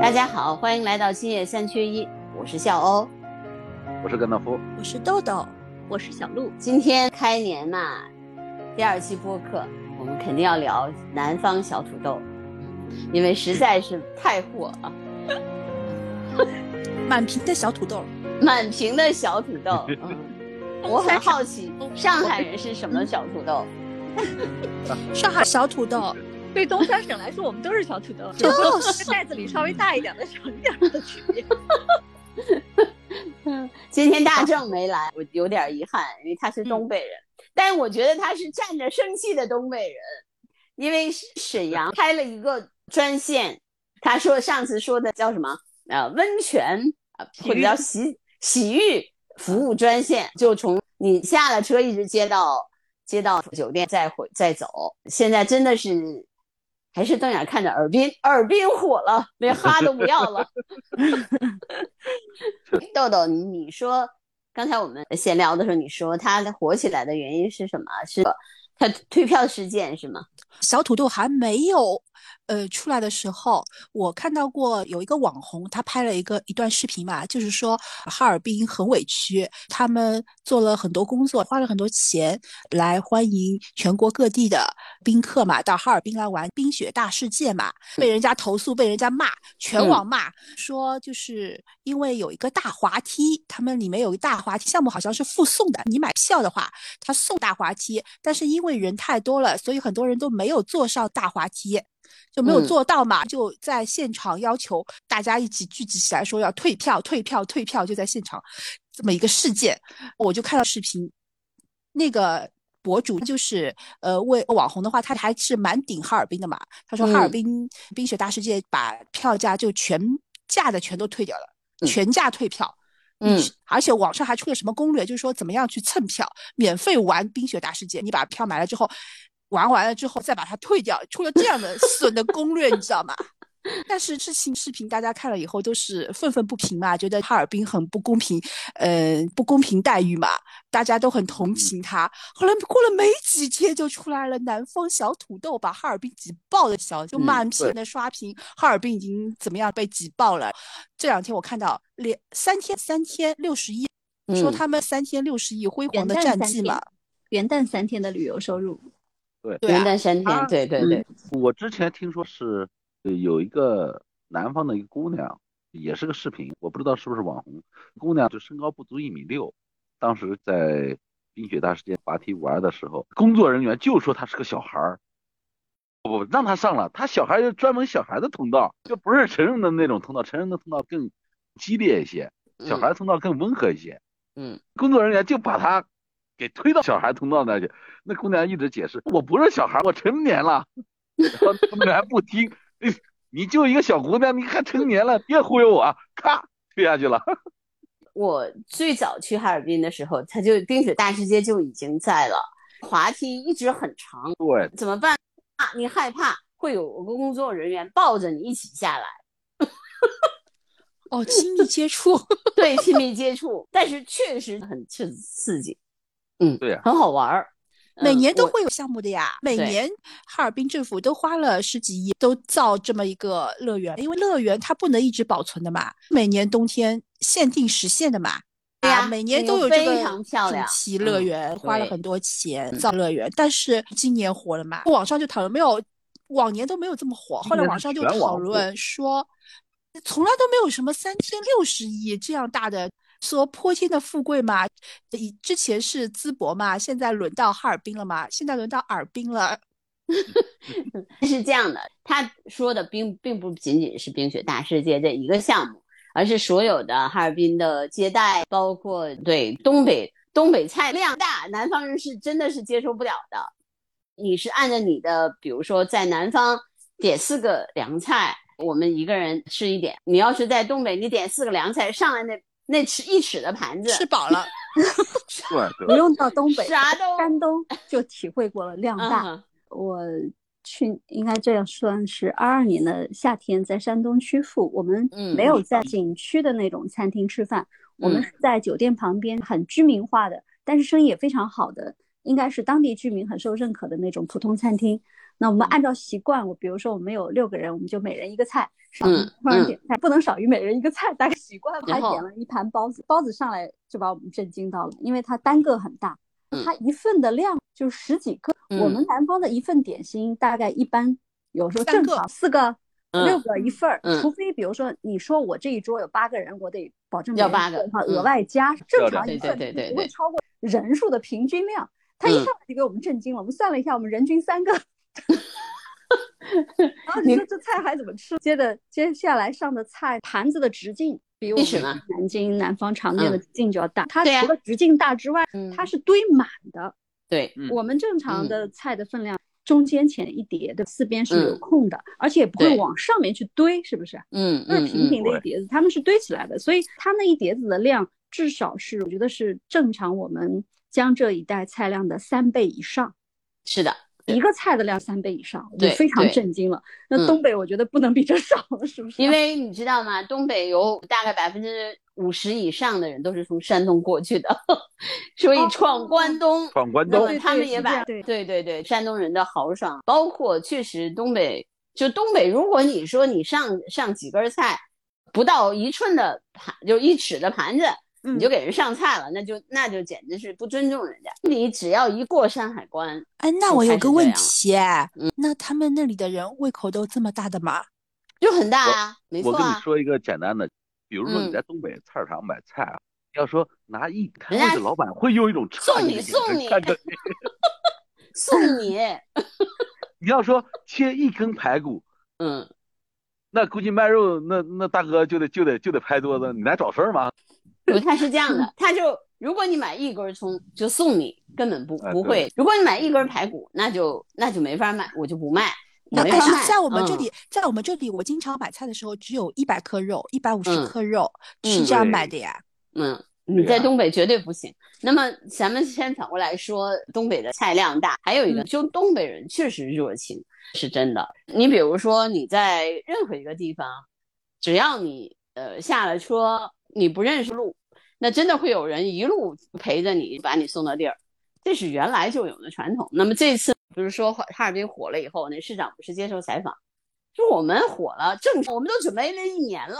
大家好，欢迎来到今夜三缺一，我是笑欧。我是甘道夫。我是豆豆，我是小鹿，今天开年嘛，第二期播客，我们肯定要聊南方小土豆，嗯因为实在是太火了，满屏的小土豆。满屏的小土豆。嗯，我很好奇上海人是什么小土豆。上海小土豆，对东三省来说，我们都是小土豆， 就这个袋子里稍微大一点的、小一点的区别。嗯，今天大正没来，我有点遗憾，因为他是东北人，但是我觉得他是站着生气的东北人，因为沈阳开了一个专线，他说上次说的叫什么呃温泉啊洗浴或者叫洗洗浴服务专线，就从你下了车一直接到接到酒店再回再走，现在真的是。还是瞪眼看着尔滨，尔滨火了，连哈都不要了。豆豆，你你说刚才我们闲聊的时候，你说它火起来的原因是什么？是它退票事件是吗？小土豆还没有呃出来的时候，我看到过有一个网红，他拍了一个一段视频嘛，就是说哈尔滨很委屈，他们做了很多工作，花了很多钱来欢迎全国各地的宾客嘛，到哈尔滨来玩冰雪大世界嘛，被人家投诉，被人家骂，全网骂，说就是因为有一个大滑梯，他们里面有一个大滑梯项目好像是附送的，你买票的话，他送大滑梯，但是因为人太多了，所以很多人都没有坐上大滑梯，就没有嗯做到嘛，就在现场要求大家一起聚集起来说要退票、退票、退票，就在现场这么一个事件，我就看到视频，那个。博主就是呃，为网红的话，他还是蛮顶哈尔滨的嘛。他说哈尔嗯滨冰雪大世界把票价就全价的全都退掉了，嗯全价退票。嗯，而且网上还出了什么攻略，就是说怎么样去蹭票，免费玩冰雪大世界。你把票买了之后，玩完了之后再把它退掉，出了这样的损的攻略，你知道吗？但是这期视频大家看了以后都是愤愤不平嘛，觉得哈尔滨很不公平，呃，不公平待遇嘛，大家都很同嗯情他。后来过了没几天，就出来了南方小土豆把哈尔滨挤爆的消息，就嗯满屏的刷屏，哈尔滨已经怎么样被挤爆了。这两天我看到连三天三天六十亿，说他们三天六十亿辉煌元的旦战嗯三绩天嘛，元旦三天的旅游收入，嗯对啊元旦三天，啊对对对，我之前听说是呃有一个南方的一个姑娘，也是个视频，我不知道是不是网红。姑娘就身高不足一米六，当时在冰雪大世界滑梯玩的时候，工作人员就说她是个小孩儿，不让她上了，她小孩儿有专门小孩的通道，就不是成人的那种通道，成人的通道更激烈一些，小孩的通道更温和一些。嗯，工作人员就把她给推到小孩通道那儿去。那姑娘一直解释：“我不是小孩，我成年了。”然后那姑娘还不听， 哎你就一个小姑娘，你还成年了，别忽悠我！啊！咔，推下去了。我最早去哈尔滨的时候，它就冰雪大世界就已经在了，滑梯一直很长，对，怎么办啊？你害怕会有个工作人员抱着你一起下来，哦，亲密接触，对，亲密接触，但是确实很刺刺激，嗯，啊对呀很好玩儿，每嗯年都我会有项目的呀，每对年哈尔滨政府都花了十几亿，都造这么一个乐园，因为乐园它不能一直保存的嘛，每年冬天限定时限的嘛。对呀啊每年那都个有这非个常漂亮主题乐嗯园，花了对嗯很多钱造乐园，但是今年火了嘛？网上就讨论没有，往年都没有这么火，今后来年网是上就全网讨火论说，从来都没有什么三天六十亿这样大的，说泼天的富贵嘛，以之前是淄博嘛，现在轮到哈尔滨了嘛，现在轮到尔滨了，是这样的，他说的并并不仅仅是冰雪大世界这一个项目，而是所有的哈尔滨的接待，包括对东北东北菜量大，南方人是真的是接受不了的。你是按照你的，比如说在南方点四个凉菜，我们一个人吃一点；你要是在东北，你点四个凉菜，上来那那尺一尺的盘子，吃饱了，对不用到东北，啥都山东就体会过了量大。嗯我去应该这样算是二二年的夏天，在山东曲阜，我们嗯没有在景区的那种餐厅吃饭，我们嗯是在酒店旁边很居民化的，但是生意也非常好的，应该是当地居民很受认可的那种普通餐厅。那我们按照习惯，我比如说我们有六个人，我们就每人一个菜，少嗯多少嗯点菜，不能少于每人一个菜，大概习惯吧。还然后点了一盘包子，包子上来就把我们震惊到了，因为它单个很大，嗯它一份的量就十几个。我嗯们南方的一份点心大概一般有时候三正个常四个。六嗯，个一份儿，嗯除非比如说你说我这一桌有八个人，我得保证要每人八个的话嗯额外加，正常一对份对对对不会对，超过人数的平均量。他一嗯上来就给我们震惊了，我们算了一下，我们人 均三个。然后你说这菜还怎么吃？接着接下来上的菜盘子的直径比我为们什么南京南方常见的嗯直径就要大，它对啊除了直径大之外，嗯它是堆满的。对，嗯我们正常嗯的菜的分量，中间前一碟，对吧，四边是有嗯空的，而且也不会对往上面去堆，是不是？嗯那嗯是平嗯平的一对碟子，他们是堆起来的，所以它那一碟子的量至少是，我觉得是正常我们江浙一带菜量的三倍以上，是的，一个菜的量三倍以上，我就对非常对震惊了。那嗯东北我觉得不能比这少了，是不啊是？因为你知道吗？东北有大概百分之五十以上的人都是从山东过去的， 所以哦闯关东，闯关那东么对，对他对们是也这样把对对对对，山东人的豪爽，包括确实东北，就东北，如果你说你上上几根菜，不到一寸的盘，就一尺的盘子，嗯 你就给人上菜了，那就那就简直是不尊重人家。你只要一过山海关，哎，那就我开有始个这问样了嗯题，哎，那他们那里的人胃口都这么大的吗？就很大啊，没错我跟你啊，说一个简单的，比如说嗯你在东北菜市场买菜啊，要说拿一人摊家位的老板会用一种诧异的眼送你送你神看着你。送 你，你要说切一根排骨，嗯，那估计卖肉那那大哥就得就得就得拍桌子，你来找事儿吗？ 不，他是这样的，他就如果你买一根葱，就送你，根本不哎不对会；如果你买一根排骨，那就那就没法卖，我就不卖，我那没哎法是卖。在我们这嗯里，在我们这里，我经常买菜的时候只有一百克肉，一百五十嗯克肉，嗯是这样买对的呀。嗯，你对在啊东北绝对不行。那么咱们先反过来说，东北的菜量大，还有一个，嗯就东北人确实热情，是真的。你比如说你在任何一个地方，只要你呃下了车，你不认识路，那真的会有人一路陪着你，把你送到地儿。这是原来就有的传统。那么这次不是说哈哈尔滨火了以后，那市长不是接受采访，说我们火了，正常，我们都准备了一年了，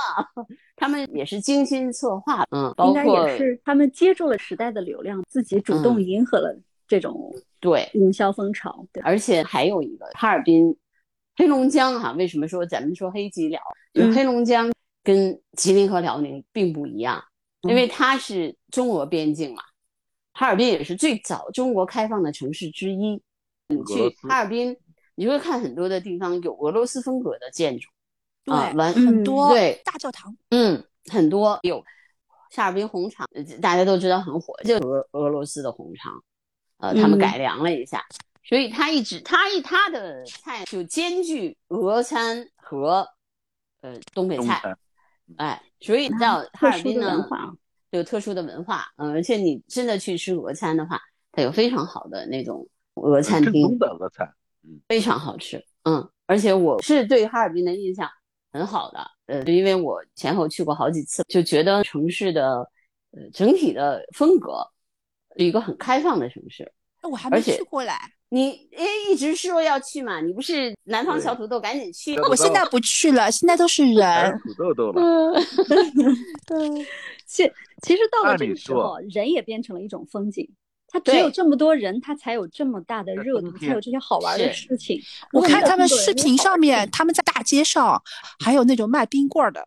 他们也是精心策划，嗯，包应该括嗯也是他们接住了时代的流量，自己主动迎合了这种对，营销风潮。对，而且还有一个哈尔滨、黑龙江哈、为什么说咱们说黑吉辽，就嗯黑龙江跟吉林和辽宁并不一样，因嗯为它是中俄边境嘛，哈尔滨也是最早中国开放的城市之一。你俄罗嗯去斯哈尔滨，你会看很多的地方有俄罗斯风格的建筑，对，啊完很嗯多对大教堂。嗯，很多有哈尔滨红场，呃大家都知道很火，就俄俄罗斯的红场，呃，他们嗯改良了一下，所以他一直他一他的菜就兼具俄餐和呃东北中菜，餐哎，所以你知道哈特尔殊滨的呢文化，啊有特殊的文化，嗯、而且你真的去吃俄餐的话，它有非常好的那种俄餐呃正厅宗，的俄菜，非常好吃，嗯，而且我是对哈尔滨的印象很好的，呃，因为我前后去过好几次，就觉得城市的呃整体的风格是一个很开放的城市。哎我还而没且去过嘞，你因为一直说要去嘛，你不是南方对小土豆，赶紧去。我我现在不去了，现在都是哎 还人哎是。土豆豆了。嗯，其其实到了按这理个时候说，人也变成了一种风景。他只对有这么多人，他才有这么大的在热冬度，才天有这些好玩的是事情。我如果看没有他们这么多视人频上面，他们在大街上，还有那种卖冰棍儿的。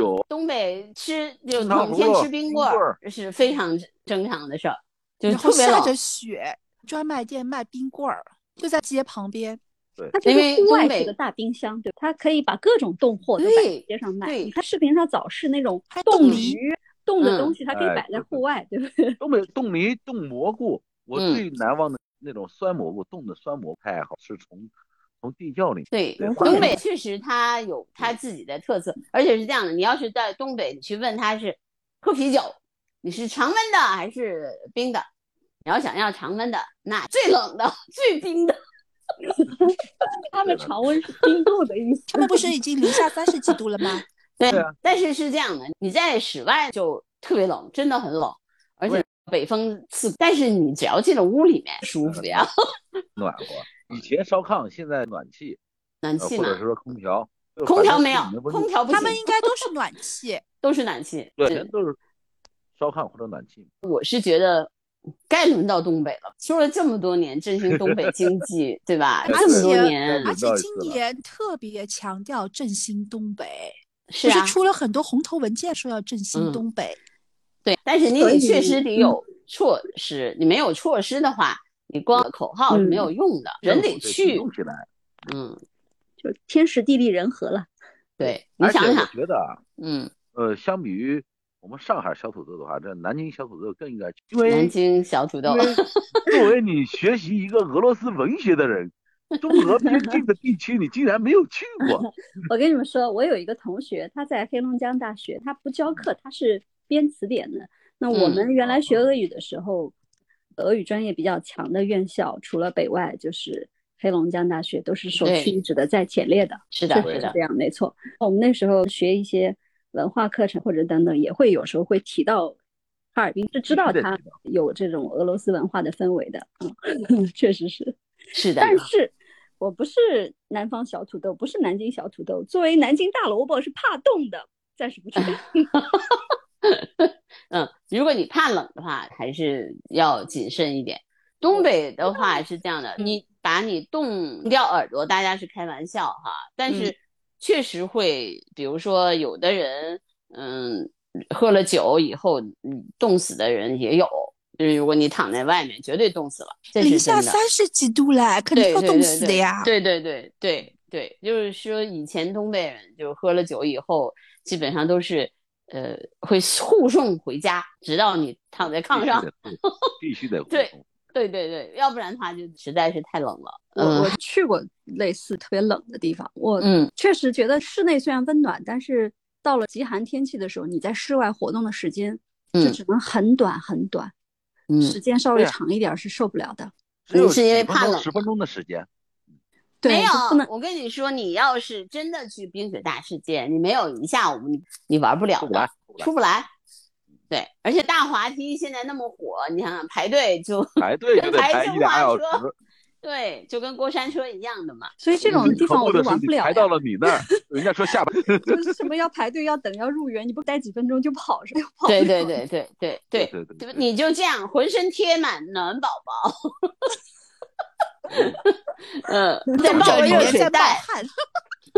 有东北吃就糖冷葫天芦吃冰冰棍棍儿儿是非常正常的事儿，就然是后特别下冷。着雪，专卖店卖冰棍儿，就在街旁边。它这因个为户东外北是个大冰箱，对吧，它可以把各种冻货都摆对在街上卖。对你看视频上早市那种还有冻冻梨鱼、冻的嗯东西，它可以哎摆在对户外，对不 对？东北冻梨、冻蘑菇，我嗯最难忘的那种酸蘑菇，冻的酸蘑菇太好，是从从地窖里对，文化东人北确实它嗯有它自己的特色，而且是这样的，你要是在东北，你去问他是喝啤酒，你是常温的还是冰的？你要想要常温的，那最冷的、最冰的，他对的们常温是冰冻的意思。他们不是已经零下三十几度了吗？对。对啊但是是这样的，你在室外就特别冷，真的很冷，而且北风刺骨。但是你只要进了屋里面，舒服呀。暖和。以前烧炕，现在暖气，暖呃气或嘛者，是说空调，就空反调正没是有你们，不是空调 不他行，们应该都是暖 气。都是暖气。对，人都是烧炕或者暖气嘛。我是觉得该轮到东北了。说了这么多年振兴东北经济，对吧？而这么多且年而轮且到一次今了年特别强调振兴东北，是不啊是，出了很多红头文件说要振兴嗯东北。对。但是你所得以确实得嗯有措施，你没有措施的话，你光口号是没有用的，人政得府去行。动起来。嗯，就天时地利人和了。对，你而且想我想，觉得啊，嗯，呃，相比于我们上海小土豆的话，这南京小土豆更应该去，因南为京小土豆因，为作为你学习一个俄罗斯文学的人，中俄边境的地区你竟然没有去 过，我跟你们说，我有一个同学，他在黑龙江大学，他不教课，他是编词典的。那我们原来学俄语的时候，俄语专业比较强的院校，除了北外，就是黑龙江大学，都是首屈一指的在前列的。是确的，实是是的这，样，没错。我们那时候学一些文化课程或者等等，也会有时候会提到哈尔滨，就知道必须得它提到有这种俄罗斯文化的氛围的。嗯， 确实是。是的。但是我不是南方小土豆，不是南京小土豆。作为南京大萝卜是怕冻的，暂时不去。嗯，如果你怕冷的话，还是要谨慎一点。东北的话是这样的，你把你冻掉耳朵，大家是开玩笑哈，但是确实会，比如说有的人，嗯，喝了酒以后，嗯冻死的人也有。就是如果你躺在外面，绝对冻死了，这零是下真的。三十几度嘞，肯定对要对冻对死的对呀。对对对对对，就是说以前东北人就喝了酒以后，基本上都是呃会护送回家，直到你躺在炕上。必须得互对动。 对对对，要不然的话就实在是太冷了。 我我嗯去过类似特别冷的地方，我嗯，确实觉得室内虽然温暖，但是到了极寒天气的时候，你在室外活动的时间就嗯只能很短很短，时嗯，间稍微对啊长一点是受不了的。只有你是因为10分怕钟冷十分钟的时间，对，没有就不能。我跟你说，你要是真的去冰雪大世界，你没有一下午，你你玩不了出不来的，，出不来出不来。对，而且大滑梯现在那么火，你想想排队就 排队就得排排进一两花个小车时。对，就跟过山车一样的嘛。所以这种你地可方恶我的都是玩你不了排呀。到了你那儿，人家说下班。 就是什么要排队、要等、要入园，你不待几分钟就跑是吧？跑对不对了 对对对对对对对对你就这样浑身贴满暖宝宝，嗯，再抱个里热面水在冒袋，汗，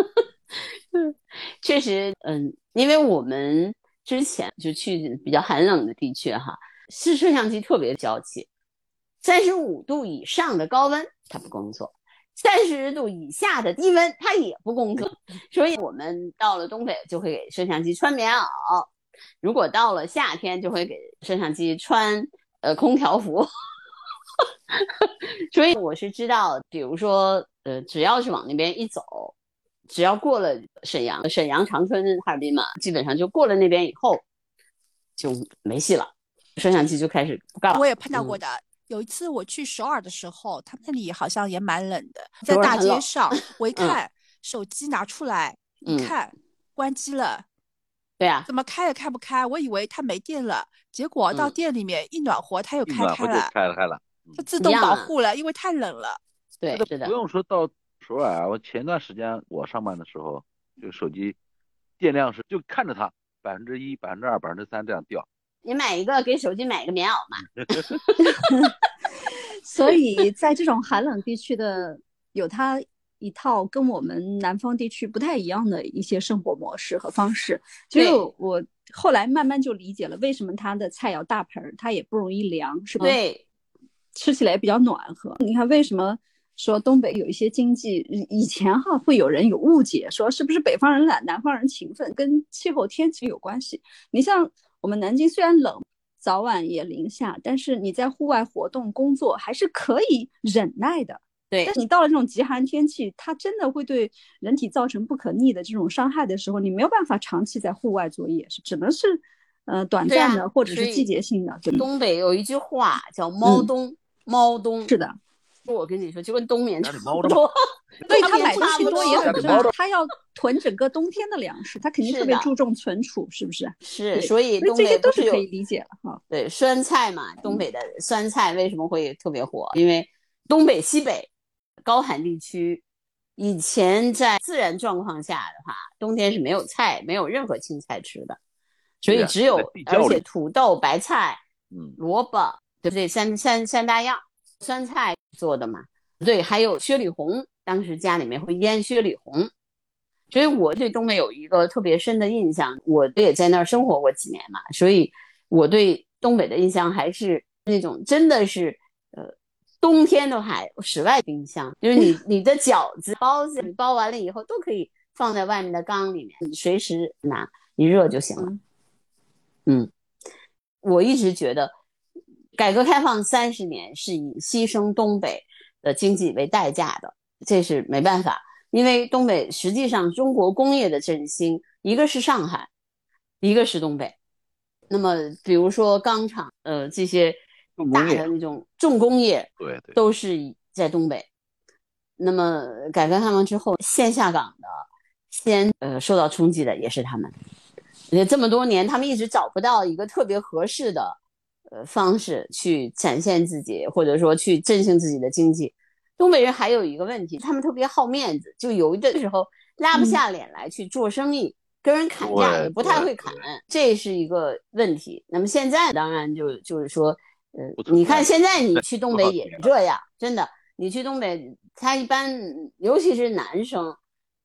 确实，嗯，因为我们之前就去比较寒冷的地区哈，是摄像机特别娇气，三十五度以上的高温它不工作，三十度以下的低温它也不工作，所以我们到了东北就会给摄像机穿棉袄，如果到了夏天就会给摄像机穿呃空调服。 所以我是知道，比如说，呃，只要是往那边一走，只要过了沈阳、沈阳、长春、哈尔滨嘛，基本上就过了那边以后就没戏了，摄像机就开始不干了。我也碰到嗯过的。有一次我去首尔的时候，他们那里好像也蛮冷的，在首尔大很街冷上， 我一看手机拿出来，一嗯看关机了，对啊，怎么开也开不开，我以为它没电了，结果到嗯店里面一暖和，它又一开暖开和就了，开了开了。它自一动样保啊护了，因为太冷了。对，是的不，用说到首尔啊，我前段时间我上班的时候，就手机电量是就看着它百分之一、百分之二、百分之三这样掉。你买一个给手机买个棉袄嘛，所以在这种寒冷地区的，有它一套跟我们南方地区不太一样的一些生活模式和方式。其实对我后来慢慢就理解了，为什么它的菜肴大盆儿它也不容易凉，是吧？，对，吃起来也比较暖和。你看为什么？说东北有一些经济，以以前哈会有人有误解，说是不是北方人懒，南方人勤奋，跟气候天气有关系。你像我们南京虽然冷，早晚也零下，但是你在户外活动、工作还是可以忍耐的。对啊但是你到了这种极寒天气，它真的会对人体造成不可逆的这种伤害的时候，你没有办法长期在户外作业，是只能是呃短对啊暂的或者所是以季节性的。对吧，东北有一句话叫“猫冬”，猫冬是。的，我跟你说，就跟冬眠家差里猫不的多，所以冬他眠买东差西不多也家很里正猫常 的。它要囤整个冬天的粮食，它肯定是特别的注重存储，是不是？是，对所以所以东这北些不都是是有可以理解了 哈。对酸菜嘛，东北的酸菜为什么会特别火？因为东北西北高寒地区，以前在自然状况下的话，冬天是没有菜，没有任何青菜吃的，所对以呀只有、在地窖而且里土豆、白菜、嗯，萝卜，对不对？三三三大样，酸菜做的嘛，对，还有雪里红，当时家里面会腌雪里红，所以我对东北有一个特别深的印象。我也在那儿生活过几年嘛，所以我对东北的印象还是那种真的是，呃，冬天的话，室外冰箱，就是你你的饺子、包子，你包完了以后都可以放在外面的缸里面，你随时拿，一热就行了。嗯，我一直觉得，改革开放三十年是以牺牲东北的经济为代价的，这是没办法，因为东北实际上中国工业的振兴，一个是上海，一个是东北。那么，比如说钢厂，呃，这些重工大业的那种重工业对对，都是以在东北。那么改革开放之后，先下岗的，先呃受到冲击的也是他们。而且这么多年，他们一直找不到一个特别合适的呃方式去展现自己，或者说去振兴自己的经济。东北人还有一个问题，他们特别好面子，就有的时候拉不下脸来去做生意，跟人砍价嗯对也不太对会砍，这是一个问题。那么现在当然就就是说，呃不，存你看在现在你去东多北少也年是这样，真的，你去东北，他一般尤其是男生，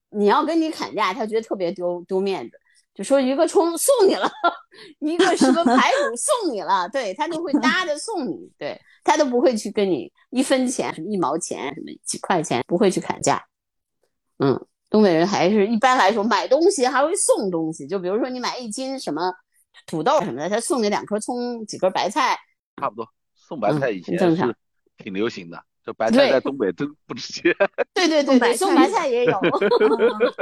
你要跟你砍价，他觉得特别丢丢面子，就说一个葱送你了， 一个什么排骨送你了，对他就会搭着送你，对他都不会去跟你一分钱、什么一毛钱、什么几块钱，不会去砍价。嗯，东北人还是一般来说买东西还会送东西，就比如说你买一斤什么土豆什么的，他送你两颗葱、几根白菜。差不多。送白嗯菜很以前正常是挺流行的，这白菜对在东北真不值钱。对对对送白对，送菜白也菜也 有，哦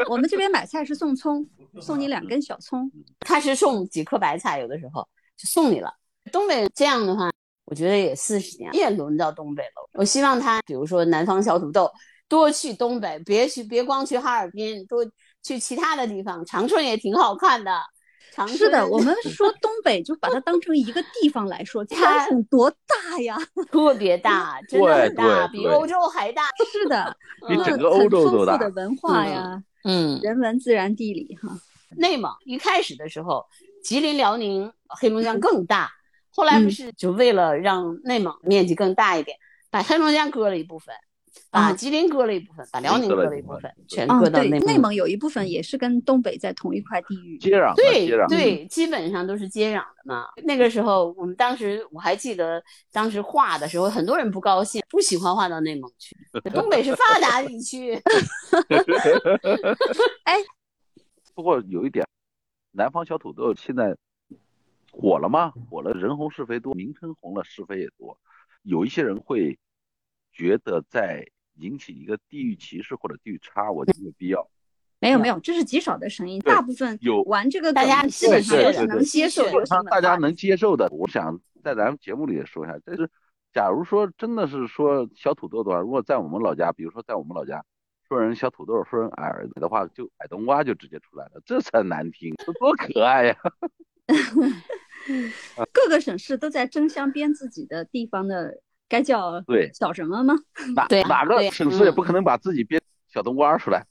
我们这边买菜是送葱，送你两根小 葱。他是送几颗白菜，有的时候就送你了。东北这样的话，我觉得也四十年，也轮到东北了。我希望他，比如说南方小土豆，多去东北，别去，别光去哈尔滨，多去其他的地方。长春也挺好看的，长春是的， 我们说东北就把它当成一个地方来说，它省多大 呀？特别 大，真的很大，对对比对欧洲还大。是的，比嗯整 个欧洲都大很丰富的文化呀，嗯，人文、自然、地理哈。内蒙一开始的时候，吉林、辽宁、黑龙嗯江更大，后来不是就为了让内蒙面积更大一点，把黑龙江割了一部分，把嗯吉林割了一部分，把辽宁割了一部分，全啊，割到对嗯内，内。蒙有一部分也是跟东北在同一块地域。接壤嘛，对接壤。对，基本上都是接壤的嘛。那个时候，我们当时我还记得，当时划的时候，很多人不高兴，不喜欢划到内蒙去。东北是发达地区，不过有一点，南方小土豆现在火了吗？火了，人红是非多，名称红了，是非也多。有一些人会觉得在引起一个地域歧视或者地域差，我觉得没有必要。没有没有，这是极少的声音，对大部分有玩这个大梗家的基对本上对 都是对能对接受是流的行让文大家化的能接受的，我想在咱们节目里也说一下。但是，假如说真的是说小土豆的话，如果在我们老家，比如说在我们老家，说人小土豆，说人矮儿子的话，就矮冬瓜就直接出来了，这才难听，这多可爱呀！各个省市都在争相编自己的地方的，该叫对小什么吗？哪对哪个对呀省市也嗯不可能把自己编小冬瓜出来。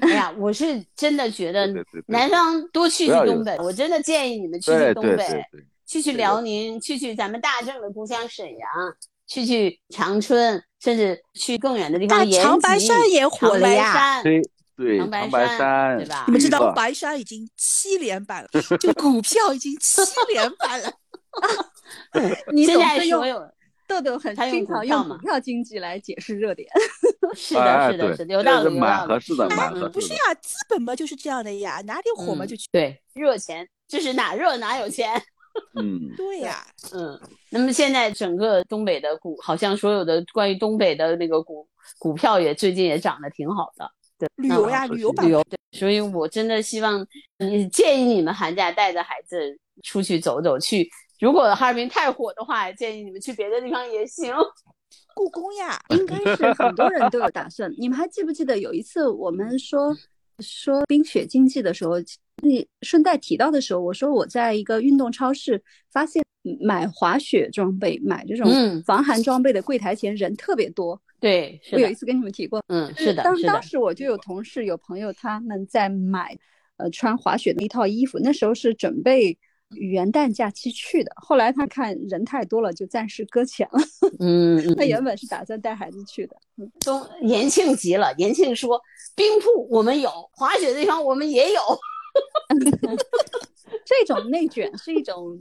哎呀，我是真的觉得对对对对嗯南方多去去不嗯要有东北，我真的建议你们去对去对东对北。对，去去是的辽宁，去去咱们大正的故乡沈阳，去去长春，甚至去更远的地大方延长白吉山也火长了白呀山对对，长白长白山山，对吧你们知是道吧白山已经七连板了， 就股票已经七连板 了。你现总在是用所 有豆豆很他用经股常票用股嘛票经济来解释热点。是的，哎是的，对是的，有这道是理，有蛮道合理。适的，蛮嗯合不适是的。呀，资本嘛就是这样的呀，哪里火嘛嗯就去。对，热钱，这是哪热哪有钱。嗯，对呀，嗯，那么现在整个东北的股，好像所有的关于东北的那个股股票也最近也涨得挺好的。旅那游我呀，说旅游起板块所以我真的希望，你建议你们寒假带着孩子出去走走，去如果哈尔滨太火的话，建议你们去别的地方也行。故宫呀，应该是很多人都有打算。你们还记不记得有一次我们说说冰雪经济的时候，你顺带提到的时候，我说我在一个运动超市发现买滑雪装备、买这种嗯防寒装备的柜台前人特别多，对，我是有一的，次跟你们提过，嗯，就是的，当是的当，时我就有同事有朋友他们在买，呃，穿滑雪的一套衣服，那时候是准备元旦假期去的，后来他看人太多了，就暂时搁浅了。嗯，嗯他原本是打算带孩子去的，中延庆急了，延庆说冰铺我们有，滑雪的地方我们也有，这种内卷是一种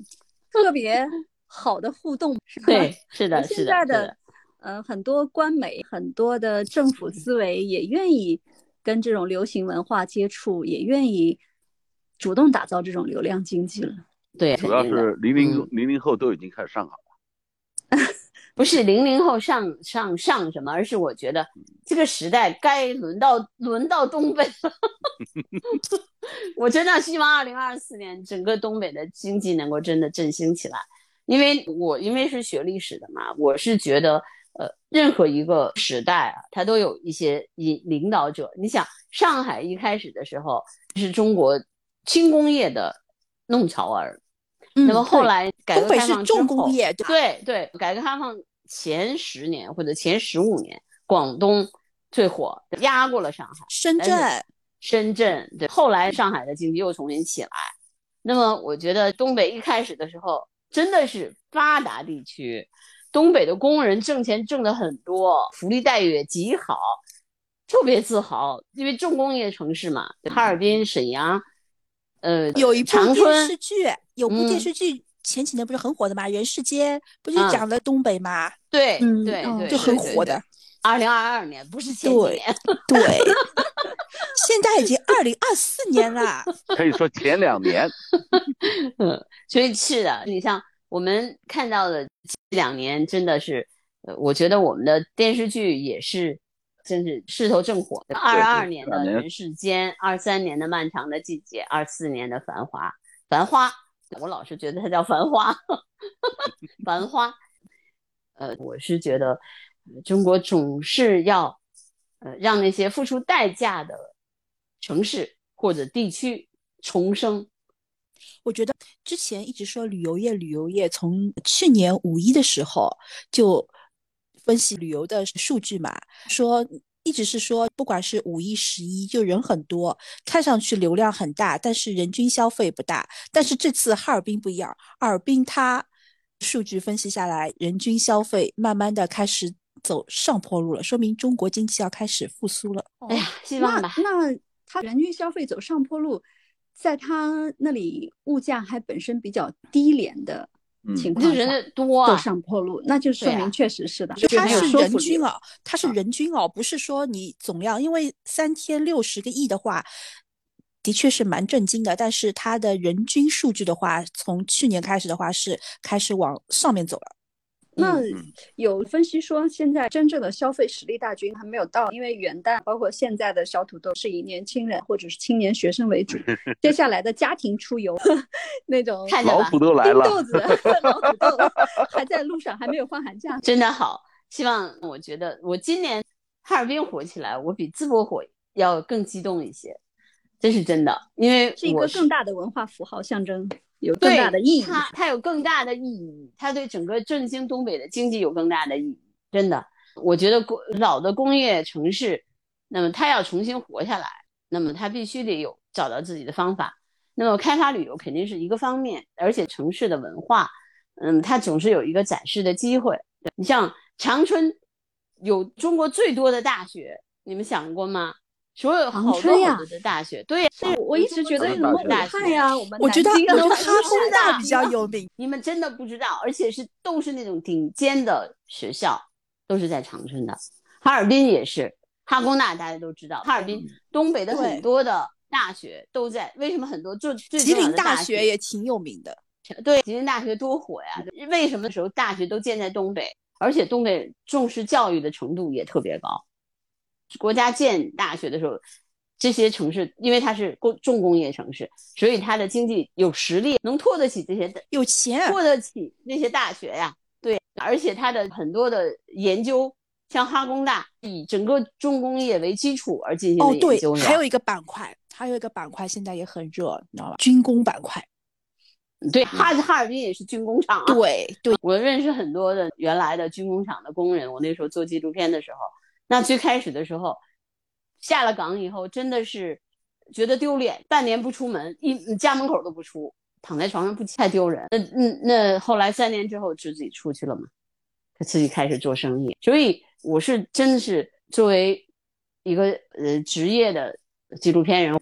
特别好的互动，是吧？ 对，是而的，是现的，在是的，呃，很多官媒、很多的政府思维也愿意跟这种流行文化接触，也愿意主动打造这种流量经济了。对，主肯要定的是零零嗯零零后都已经开始上岗了，不是零零后上上上什么，而是我觉得这个时代该轮到轮到东北了。 我真的希望二零二四年整个东北的经济能够真的振兴起来，因为我因为是学历史的嘛，我是觉得呃，任何一个时代啊，它都有一些引领导者。你想，上海一开始的时候是中国轻工业的弄潮儿，嗯那么后对来改革东北开是放之后，重工业，对吧？对对，改革开放前十年或者前十五年，广东最火，压过了上海、深但圳是深圳。对，后来上海的经济又重新起来。那么我觉得东北一开始的时候真的是发达地区，东北的工人挣钱挣得很多，福利待遇也极好，特别自豪，因为重工业城市嘛，哈尔滨、沈阳，呃，有一部长电视春，剧，有部电嗯视剧前几年不是很火的嘛，《人世间》不是嗯讲的东北嘛，对嗯对哦对，就很对火的。。二零二二年不是前几对年， 对，现在已经二零二四年了，可以说前两年嗯，所以是的，你像我们看到的这两年，真的是，呃，我觉得我们的电视剧也是，真是势头正火。二二年的两《年人世间》，二三年的《漫长的季节》，二四年的《繁花》，繁花，我老是觉得它叫《繁花》， 繁花。呃，我是觉得，呃中国总是要，呃，让那些付出代价的城市或者地区重生。我觉得之前一直说旅游业，旅游业从去年五一的时候就分析旅游的数据嘛，说一直是说，不管是五一、十一，就人很多，看上去流量很大，但是人均消费不大。但是这次哈尔滨不一样，哈尔滨它数据分析下来，人均消费慢慢的开始走上坡路了，说明中国经济要开始复苏了。哎呀，希望那吧。那他人均消费走上坡路，在他那里物价还本身比较低廉的嗯情就况人下。家多走啊，上坡路，那就说对啊明确实是的，就它它没有是说嗯人服力均。哦，它是人均哦，不是说你总量，因为三天六十个亿的话，的确是蛮震惊的。但是它的人均数据的话，从去年开始的话是开始往上面走了。那嗯嗯有分析说，现在真正的消费实力大军还没有到，因为元旦包括现在的小土豆是以年轻人或者是青年学生为 主，接下来的家庭出游 那种 看着老吧，虎都来冰了豆，子、 老土豆还在路上，还没有放寒假。真的好。希望我觉得我今年哈尔滨火起来，我比淄博火要更激动一些，这是真的，因为是一我个更大的文化符号象征，有更大的意义。它它有更大的意义，它对整个振兴东北的经济有更大的意义。真的，我觉得工老的工业城市，那么它要重新活下来，那么它必须得有找到自己的方法。那么开发旅游肯定是一个方面，而且城市的文化，嗯，它总是有一个展示的机会。你像长春，有中国最多的大学，你们想过吗？所有好长多春好呀啊多的大学，对呀、我我一直觉得有什中么国最多的大中国武汉学呀，我们我觉得，南我京觉啊得都哈是工大大比较有名。你们真的不知道，而且是都是那种顶尖的学校，都是在长春的。哈尔滨也是，哈工大大家都知道，哈尔滨嗯东北的对很多的大学都在。为什么很多最最吉重要林的大学也挺有名的，对吉林大学多火呀？为什么那时候大学都建在东北，而且东北重视教育的程度也特别高？国家建大学的时候，这些城市因为它是工重工业城市，所以它的经济有实力，能拖得起这些有 钱。过得起那些大学呀、对，而且它的很多的研究，像哈工大以整个重工业为基础而进行哦的，研对究，呢。啊还有一个板块，还有一个板块现在也很热，你知道吧？军工板块。对，哈哈尔滨也是军工厂啊。对对，我认识很多的原来的军工厂的工人，我那时候做纪录片的时候，那最开始的时候，下了岗以后真的是觉得丢脸，半年不出门，一家门口都不出，躺在床上不太丢人。那嗯，那后来三年之后就自己出去了嘛，他自己开始做生意，所以我是真是作为一个呃职业的纪录片人，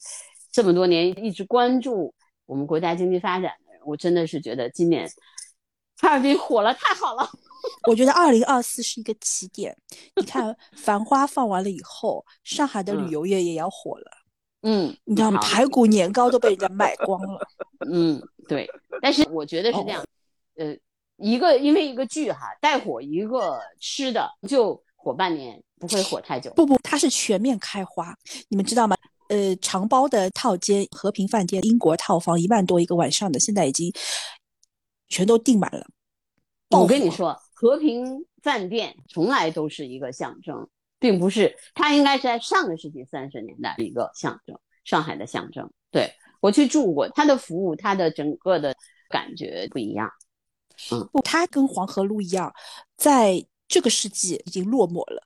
这么多年一直关注我们国家经济发展的人，我真的是觉得今年哈尔滨火了，太好了。我觉得二零二四是一个起点。你 看《繁花》放完了以后，上海的嗯旅游业也要火了，嗯， 你知道吗？好排骨年糕都被人家 卖光了。嗯，对。但是我觉得是这哦样，呃，一个因为一个剧哈，带火一个吃的就火半年，不会火太久。不不，它是全面开花，你们知道吗？呃，长包的套间，和平饭店英国套房一万多一个晚上的，现在已经全都订满了。我爆跟你火，说，和平饭店从来都是一个象征，并不是它应该是在上个世纪三十年代的一个象征，上海的象征。对我去住过，它的服务，它的整个的感觉不一样。不，它跟黄河路一样，在这个世纪已经落寞了。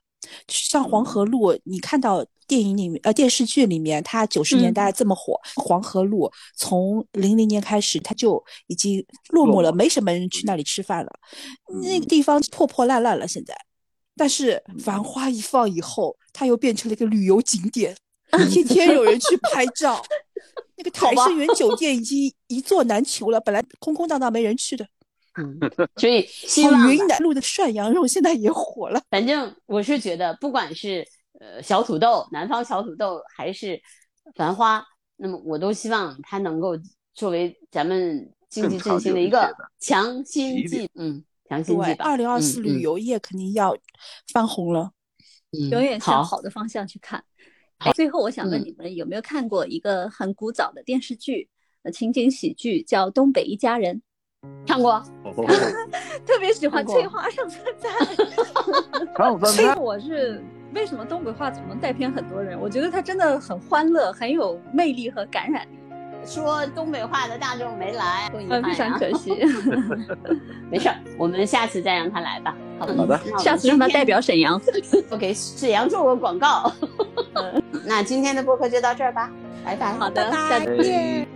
像黄河路，你看到电影里面呃电视剧里面，它九十年嗯代这么火，黄河路从零零年开始，它就已经落落寞了，寞没什么人去那里吃饭了。那嗯个地方破破烂烂了，现在。但是《繁花》一放以后，它又变成了一个旅游景点，天天有人去拍照。那个好台吧盛园酒店已经一座难求了，本来空空荡荡没人去的。嗯，所以希从望吧云南路的涮羊肉现在也火了。反正我是觉得，不管是呃小土豆、南方小土豆，还是繁花，那么我都希望它能够作为咱们经济更振长兴久一一个些的强心起点剂，嗯，强心对剂，吧。二零二四嗯旅游业肯定要翻红了。嗯永远向好，好的方向去看。哎，最后我想问嗯你们有没有看过一个很古早的电视剧，呃，情景喜剧叫《东北一家人看过， 特别喜欢看过翠花上酸菜。 长三所以菜，我是为什么东北话总能带偏很多人？我觉得它真的很欢乐，很有魅力和感染力，说东北话的大众没来，多遗呃，憾非常啊！可惜。没事儿，我们下次再让他来吧。好好的那我们 下次让他今天代表沈阳。我给沈阳做个 广告。那今天的播客就到这儿吧，拜拜。嗯好拜的，拜嗯下次哎。